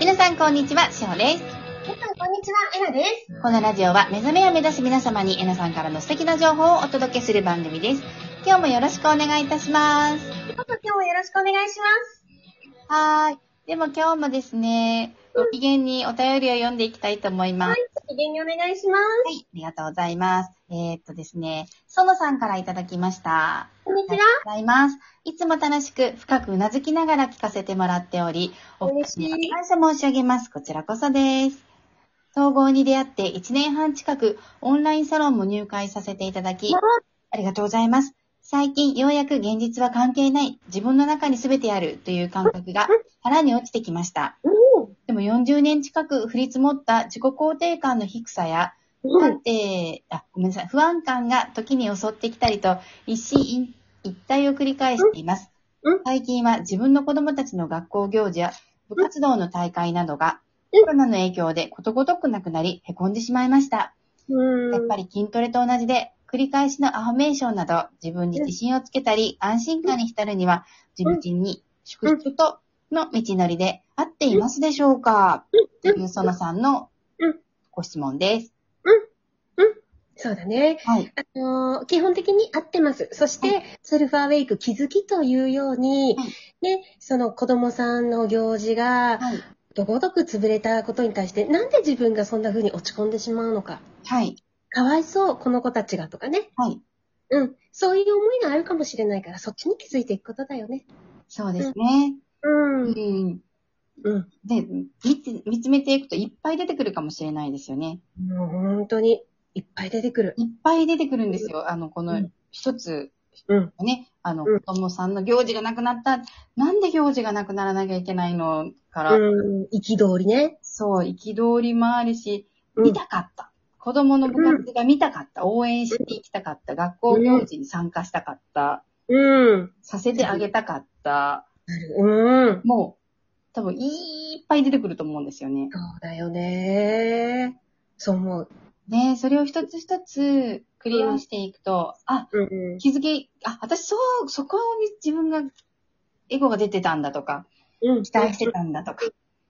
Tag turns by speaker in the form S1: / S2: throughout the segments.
S1: 皆さんこんにちは、しほです。
S2: 皆さん、こんにちは。エナです。
S1: このラジオは目覚めを目指す皆様にえなさんからの素敵な情報をお届けする番組です。今日もよろしくお願いいたします。
S2: どうぞ今日もよろしくお願いします。
S1: はーい。でも今日もですね、ご機嫌にお便りを読んでいきたいと思います。
S2: はい。ご機嫌にお願いします。
S1: はい、ありがとうございます。えーっとですね、園さんからいただきました。
S2: こんに
S1: あ
S2: ち
S1: り
S2: は
S1: が。とうございます。いつも楽しく深くうなずきながら聞かせてもらっており、お二
S2: 嬉
S1: 人に
S2: しい
S1: 感謝申し上げます。こちらこそです。統合に出会って1年半近くオンラインサロンも入会させていただき、ありがとうございます。最近ようやく現実は関係ない、自分の中に全てあるという感覚が腹に落ちてきました。
S2: う
S1: でも40年近く降り積もった自己肯定感の低さや、不安定、あ、ごめんなさい、不安感が時に襲ってきたりと、一進一退を繰り返しています
S2: うん。
S1: 最近は自分の子供たちの学校行事や部活動の大会などが、
S2: うん
S1: コロナの影響でことごとくなくなり、凹んでしまいました。
S2: うん。
S1: やっぱ
S2: り。
S1: り筋トレと同じで、繰り返しのアファメーションなど、自分に自信をつけたり、安心感に浸るには、地道に、粛々との道のりで合っていますでしょうかという、そのさんの
S2: うん
S1: ご質問です。
S2: そうだね。
S1: はい。
S2: あのー基本的に合ってます。そして、セルフアウェイク気づきというように、
S1: はい
S2: ね、その子供さんの行事が、
S1: はい。
S2: どごとく潰れたことに対して、なんで自分がそんな風に落ち込んでしまうのか。
S1: はい。
S2: かわいそう、この子たちがとかね。
S1: はい。
S2: うん。そういう思いがあるかもしれないから、そっちに気づいていくことだよね。
S1: そうですね。
S2: う。
S1: うんん。
S2: うん。
S1: で、見て、見つめていくといっぱい出てくるかもしれないですよね。
S2: もう本当に、いっぱい出てくる。
S1: いっぱい出てくるんですよ。あの、こ
S2: う
S1: の
S2: ん
S1: 一つ
S2: うん。
S1: ね、あの、
S2: う
S1: 子
S2: ん
S1: 供さんの行事がなくなった、なんで行事がなくならなきゃいけないのから、
S2: うん。憤りね。
S1: そう、憤りもあるし、
S2: うん
S1: 見たかった。子供の部活が見たかった。応援していきたかった。学校行事に参加したかった。
S2: うん。
S1: させてあげたかった。
S2: うん。
S1: もう、多分いっぱい出てくると思うんですよね。
S2: そうだよね。そう思う。
S1: ねそれを一つ一つクリアしていくと、あ、
S2: うん。
S1: 気づき、あ、私そう、そこを自分が、エゴが出てたんだとか、
S2: うん。
S1: 期待してたんだとか。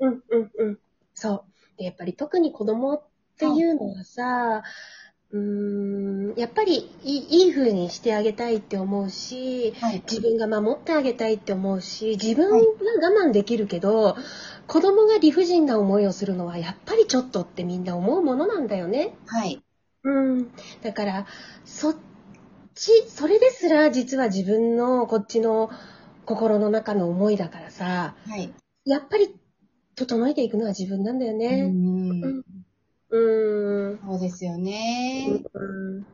S2: うん、うん、うん。そう。で、やっぱり特に子供っていうのはさ、うーん、やっぱりいいいい風にしてあげたいって思うし、
S1: はい。
S2: 自分が守ってあげたいって思うし、自分は我慢できるけど、子供が理不尽な思いをするのはやっぱりちょっとってみんな思うものなんだよね。
S1: はい。
S2: うん。だから、そっち、それですら実は自分のこっちの心の中の思いだからさ、
S1: はい。
S2: やっぱり整えていくのは自分なんだよ
S1: う
S2: ね。
S1: ん。
S2: うん。
S1: そうですよね。
S2: うん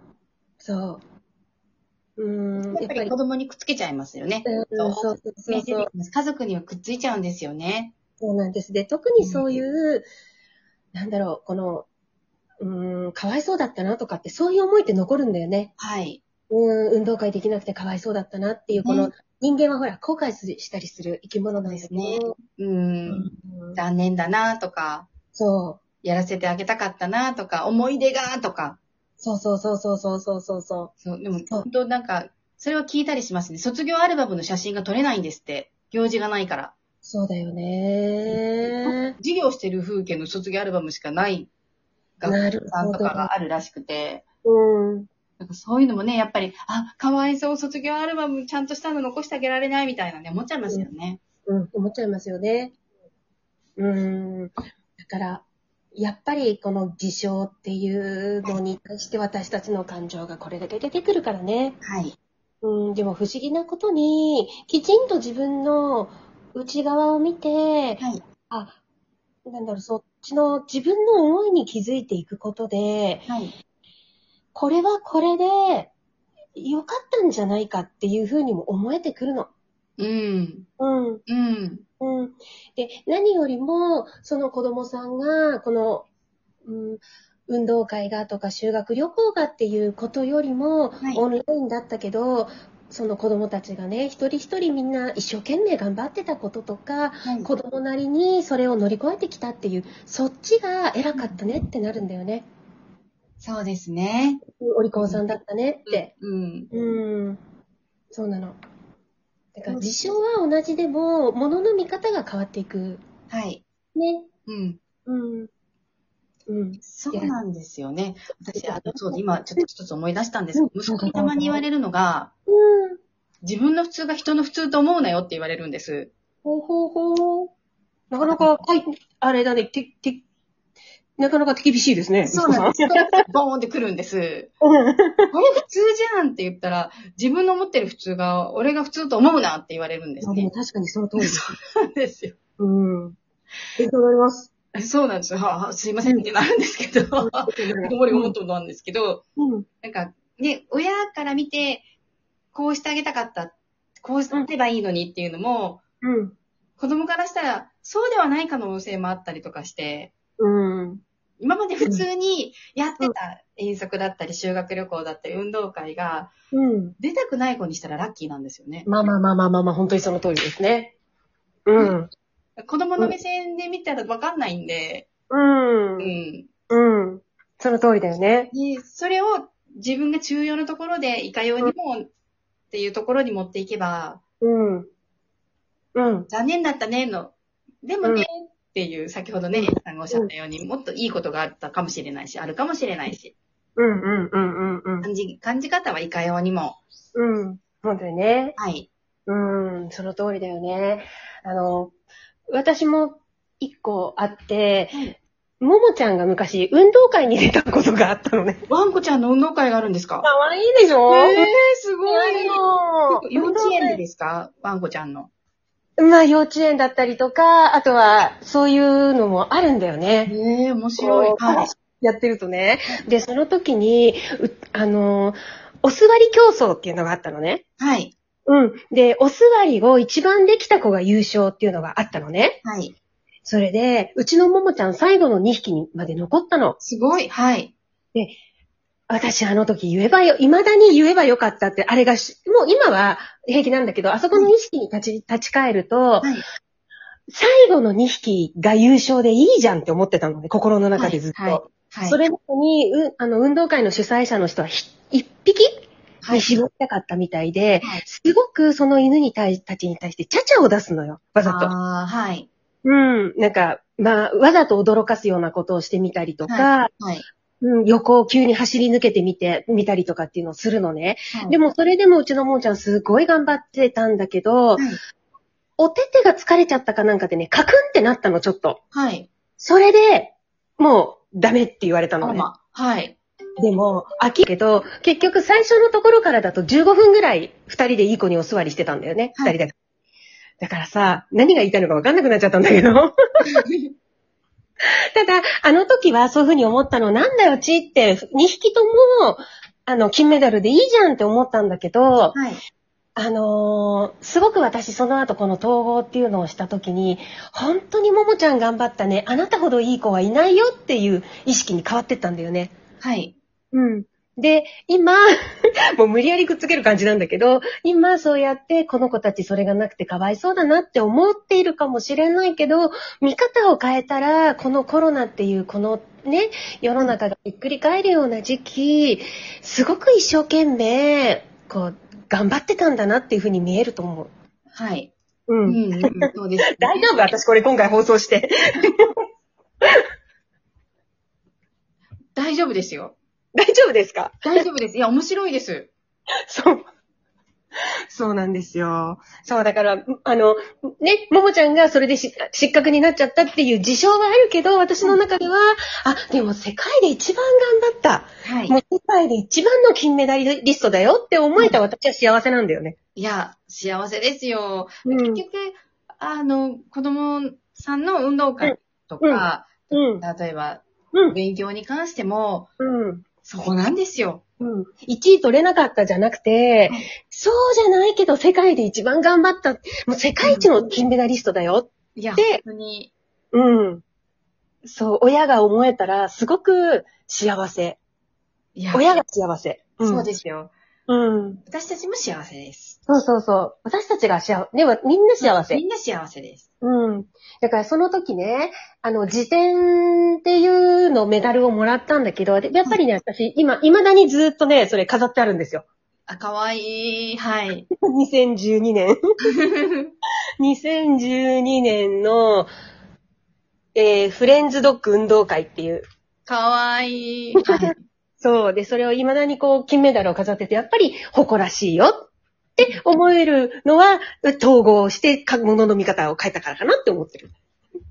S2: そう。うん。
S1: やっぱり子供にくっつけちゃいますよね。
S2: うん、そうそうそうそう。
S1: 家族にはくっついちゃうんですよね。
S2: そうなんです。で、特にそういう、なんだろう、この、うん、かわいそうだったなとかって、そういう思いって残るんだよね。
S1: はい。
S2: うーん、運動会できなくてかわいそうだったなっていう、こ
S1: う
S2: の
S1: ん
S2: 人間はほら、後悔するしたりする生き物なんですね。
S1: う。
S2: うんん
S1: 残念だなとか、
S2: そう。
S1: やらせてあげたかったなとか、思い出がとか。
S2: そうそうそうそうそうそうそうそ
S1: そう、でも
S2: そう
S1: 本当なんか、それを聞いたりしますね。卒業アルバムの写真が撮れないんですって。行事がないから。
S2: う。そうだよね。
S1: 授業してる風景の卒業アルバムしかない学
S2: なる
S1: 校さん
S2: ほ
S1: と
S2: ど
S1: か。があるらしくて。
S2: うん。
S1: なんかそういうのもね、やっぱり、あ、かわいそう、卒業アルバムちゃんとしたの残してあげられないみたいなね、思っちゃいますよね。
S2: うん、思っちゃいますよね。うん。だから、やっぱりこの事象っていうのに対して私たちの感情がこれだけ出てくるからね。
S1: はい。
S2: うん、でも不思議なことに、きちんと自分の内側を見て、
S1: はい。
S2: あ、なんだろう、そっちの自分の思いに気づいていくことで、
S1: はい。
S2: これはこれで良かったんじゃないかっていうふうにも思えてくるの。
S1: うん。
S2: うん。
S1: うん。
S2: うん。で、何よりも、その子供さんが、この、うん、運動会がとか修学旅行がっていうことよりも、
S1: はい
S2: オンラインだったけど、その子供たちがね、一人一人みんな一生懸命頑張ってたこととか、
S1: はい
S2: 子供なりにそれを乗り越えてきたっていう、そっちが偉かったねってなるんだよね。
S1: そうですね。
S2: お利口さんだったねって。
S1: うん。
S2: うん。そうなの。だから事象は同じでも、ものの見方が変わっていく。
S1: はい。
S2: ね。
S1: うん。
S2: うん。うん。
S1: そうなんですよね。私、あの、そう、今、ちょっと一つ思い出したんですけど、息子にたまに言われるのが、
S2: うん。
S1: 自分の普通が人の普通と思うなよって言われるんです。
S2: ほうほうほう。なかなか、はい、あれだね、て、て、なかなか手厳しいですね。
S1: そうなん
S2: ん
S1: です。ボーンって来るんです。
S2: う
S1: こ
S2: ん
S1: れ普通じゃんって言ったら、自分の思ってる普通が、俺が普通と思うなって言われるんです
S2: あでも
S1: ね。
S2: 確かにその通りです。
S1: そうなんですよ。
S2: うん。勉強になります。
S1: そうなんですよ。あすいませんってなるんですけど、あ ごもりごもっともなんですけど、
S2: うん。
S1: なんか、ね、親から見て、こうしてあげたかった、こうすればいいのにっていうのも、
S2: うん。
S1: 子供からしたら、そうではない可能性もあったりとかして、
S2: うん。
S1: 今まで普通にやってた遠足だったり修学旅行だったり運動会が、
S2: うん。
S1: 出たくない子にしたらラッキーなんですよね。
S2: まあまあまあまあまあまあ、本当にその通りですね。うん。
S1: 子供の目線で見たらわかんないんで、
S2: うん
S1: う。ん。
S2: うん。その通りだよね。
S1: で、それを自分が中要のところでいかようにもっていうところに持っていけば、
S2: うん。うん。
S1: 残念だったねの、でもね、っていう、先ほどね、さんがおっしゃったように、もっといいことがあったかもしれないし、あるかもしれないし、
S2: うんうんうんうん
S1: 感じ、感じ方はいかようにも。
S2: うん。うん。本当にね。
S1: はい。
S2: うん、その通りだよね。あの、私も一個あって、ももちゃんが昔運動会に出たことがあったのね。
S1: ワンコちゃんの運動会があるんですか
S2: かわいいでしょ
S1: えー、す
S2: か
S1: ごい。幼
S2: 幼
S1: 稚
S2: 稚
S1: 園で
S2: 園
S1: ですかワンコちゃんの。
S2: まあ幼稚園だったりとか、あとはそういうのもあるんだよね。
S1: ええ面白い。
S2: こう
S1: はい。
S2: やってるとね。で、その時に、うあの、お座り競争っていうのがあったのね。
S1: はい。
S2: うん。で、お座りを一番できた子が優勝っていうのがあったのね。
S1: はい。
S2: それで、うちのももちゃん最後の2匹にまで残ったの。
S1: すごい。はい。
S2: 私あの時言えばよ、未だに言えばよかったって、あれがし、もう今は平気なんだけど、あそこの2匹に立ち、立ち返ると、
S1: はい
S2: 最後の2匹が優勝でいいじゃんって思ってたのね、心の中でずっと。
S1: はい。はい。
S2: それなのに、うあの、運動会の主催者の人はひ、一匹
S1: は
S2: に
S1: い。
S2: 絞りたかったみたいで、
S1: はい
S2: すごくその犬に対、たちに対してちゃちゃを出すのよ、わざと。
S1: ああ、はい。
S2: うん。なんか、まあ、わざと驚かすようなことをしてみたりとか、
S1: はい。
S2: うん、横を急に走り抜けてみて、みたりとかっていうのをするのね。
S1: はい
S2: でも、それでもうちのもーちゃんすごい頑張ってたんだけど、
S1: はい
S2: お手手が疲れちゃったかなんかでね、カクンってなったの、ちょっと。
S1: はい。
S2: それで、もう、ダメって言われた
S1: あ
S2: のね。
S1: ま。はい。
S2: でも、飽きるけど、結局最初のところからだと15分ぐらい、二人でいい子にお座りしてたんだよね。
S1: は
S2: 二
S1: い
S2: 人だけ。だからさ、何が言いたいのか分かんなくなっちゃったんだけど。 ただ、あの時はそういうふうに思ったの、なんだよ、ちーって、2匹とも、あの、金メダルでいいじゃんって思ったんだけど、
S1: はい。
S2: あのーすごく私その後この統合っていうのをした時に、本当にももちゃん頑張ったね、あなたほどいい子はいないよっていう意識に変わってったんだよね。
S1: はい。
S2: うん。で、今、 もう無理やりくっつける感じなんだけど、今そうやってこの子たちそれがなくてかわいそうだなって思っているかもしれないけど、見方を変えたら、このコロナっていうこのね、世の中がひっくり返るような時期、すごく一生懸命、こう、頑張ってたんだなっていうふうに見えると思
S1: はい。
S2: う。
S1: う。
S2: うん
S1: うんうんそうです ね。
S2: 大丈夫私これ今回放送して。
S1: 大丈夫ですよ。
S2: 大丈夫ですか
S1: 大丈夫です。いや、面白いです。
S2: そう。そうなんですよ。そう、だから、あの、ね、ももちゃんがそれでし失格になっちゃったっていう事象はあるけど、私の中では、あ、でも世界で一番頑張っ
S1: は
S2: た。
S1: い
S2: も。う世界で一番の金メダリストだよって思えた私は幸せなんだよね。
S1: いや、幸せですよ。
S2: うん
S1: 結。局、あの、子供さんの運動会とか、
S2: うん。
S1: 例えば、
S2: うん。
S1: 勉強に関しても、
S2: うん。
S1: そこなんですよ。
S2: うん。1位取れなかったじゃなくて
S1: はい、
S2: そうじゃないけど世界で一番頑張った。もう世界一の金メダリストだよ
S1: いや、
S2: で
S1: 本当に。
S2: うん。そう、親が思えたら、すごく幸せ。
S1: いや、
S2: 親が幸せ。
S1: そう
S2: す。
S1: ですよ。
S2: うん。
S1: 私たちも幸せです。
S2: そうそうそう。私たちが幸せ。ね、わみんな幸せ。
S1: みんな幸せです。
S2: うん。だからその時ね、あの、辞典っていうのメダルをもらったんだけど、でやっぱりね、私、今、未だにずっとね、それ飾ってあるんですよ。
S1: あ、かわいい。 はい。
S2: 2012年。2012年の、えー、フレンズドッグ運動会っていう。
S1: かわいい。 はい
S2: そう。で、それを未だにこう、金メダルを飾ってて、やっぱり誇らしいよって思えるのは、統合して、か物の見方を変えたからかなって思ってる。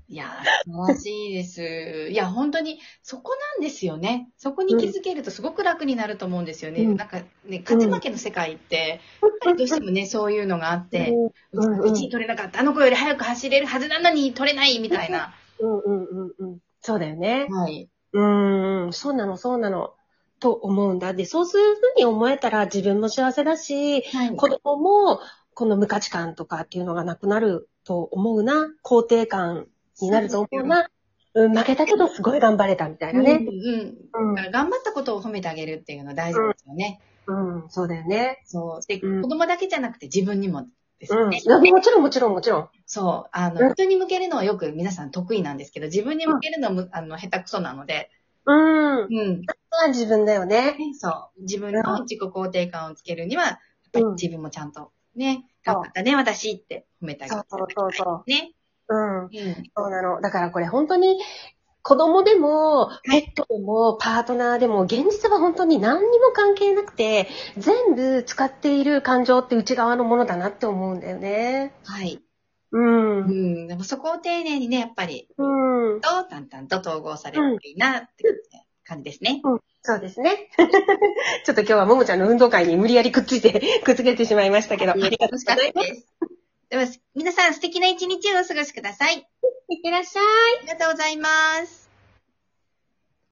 S1: いやー、素晴らしいです。いや、本当に、そこなんですよね。そこに気づけるとすごく楽になると思うんですよね。
S2: うん
S1: なんかね、勝ち負けの世界って、やっぱりどうしてもね、そういうのがあって、うち
S2: うん
S1: うちに取れなかった、あの子より早く走れるはずなのに取れないみたいな。
S2: うんうんうんうん。そうだよね。
S1: はい。
S2: うん、そうなの、そうなの。と思うんだ。で、そうするふうに思えたら自分も幸せだし、
S1: はい。
S2: 子供も、この無価値観とかっていうのがなくなると思うな。肯定感になると思うな。うん、負けたけどすごい頑張れたみたいな
S1: ね
S2: ね。。
S1: うん。だから頑張ったことを褒めてあげるっていうの大事ですよね。
S2: うん、うん、そうだよね。
S1: そう。で、
S2: うん
S1: 子供だけじゃなくて自分にもです
S2: う
S1: よ
S2: ん。
S1: ね
S2: い。やもちろん、もちろん、もちろん。
S1: そう。あ
S2: う
S1: の、
S2: ん
S1: 人に向けるのはよく皆さん得意なんですけど、自分に向けるのも、あの、下手くそなので、
S2: うん。
S1: うん。
S2: は自分だよね。
S1: ねそう。自分の自己肯定感をつけるには、やっぱり自分もちゃんと、ね、
S2: そう
S1: 頑張ったね、私って褒めてあげ
S2: そう
S1: る。
S2: そうそうそ
S1: ね。
S2: う。うん。
S1: うん。
S2: そうなの。だからこれ本当に、子供でも、ペットでも、パートナーでも、現実は本当に何にも関係なくて、全部使っている感情って内側のものだなって思うんだよね。
S1: はい。
S2: うん。
S1: う
S2: うん。
S1: ん。でもそこを丁寧にね、やっぱり、
S2: うん。
S1: と、淡々と統合されるといいな、って感じですね。
S2: そうですね。 ちょっと今日はももちゃんの運動会に無理やりくっついて、くっつけてしまいましたけど、ありがとうご
S1: 楽しか
S2: ざ
S1: っ
S2: いま
S1: た
S2: す。
S1: です。では、皆さん素敵な一日をお過ごしください。
S2: いってらっしゃい。
S1: ありがとうございます。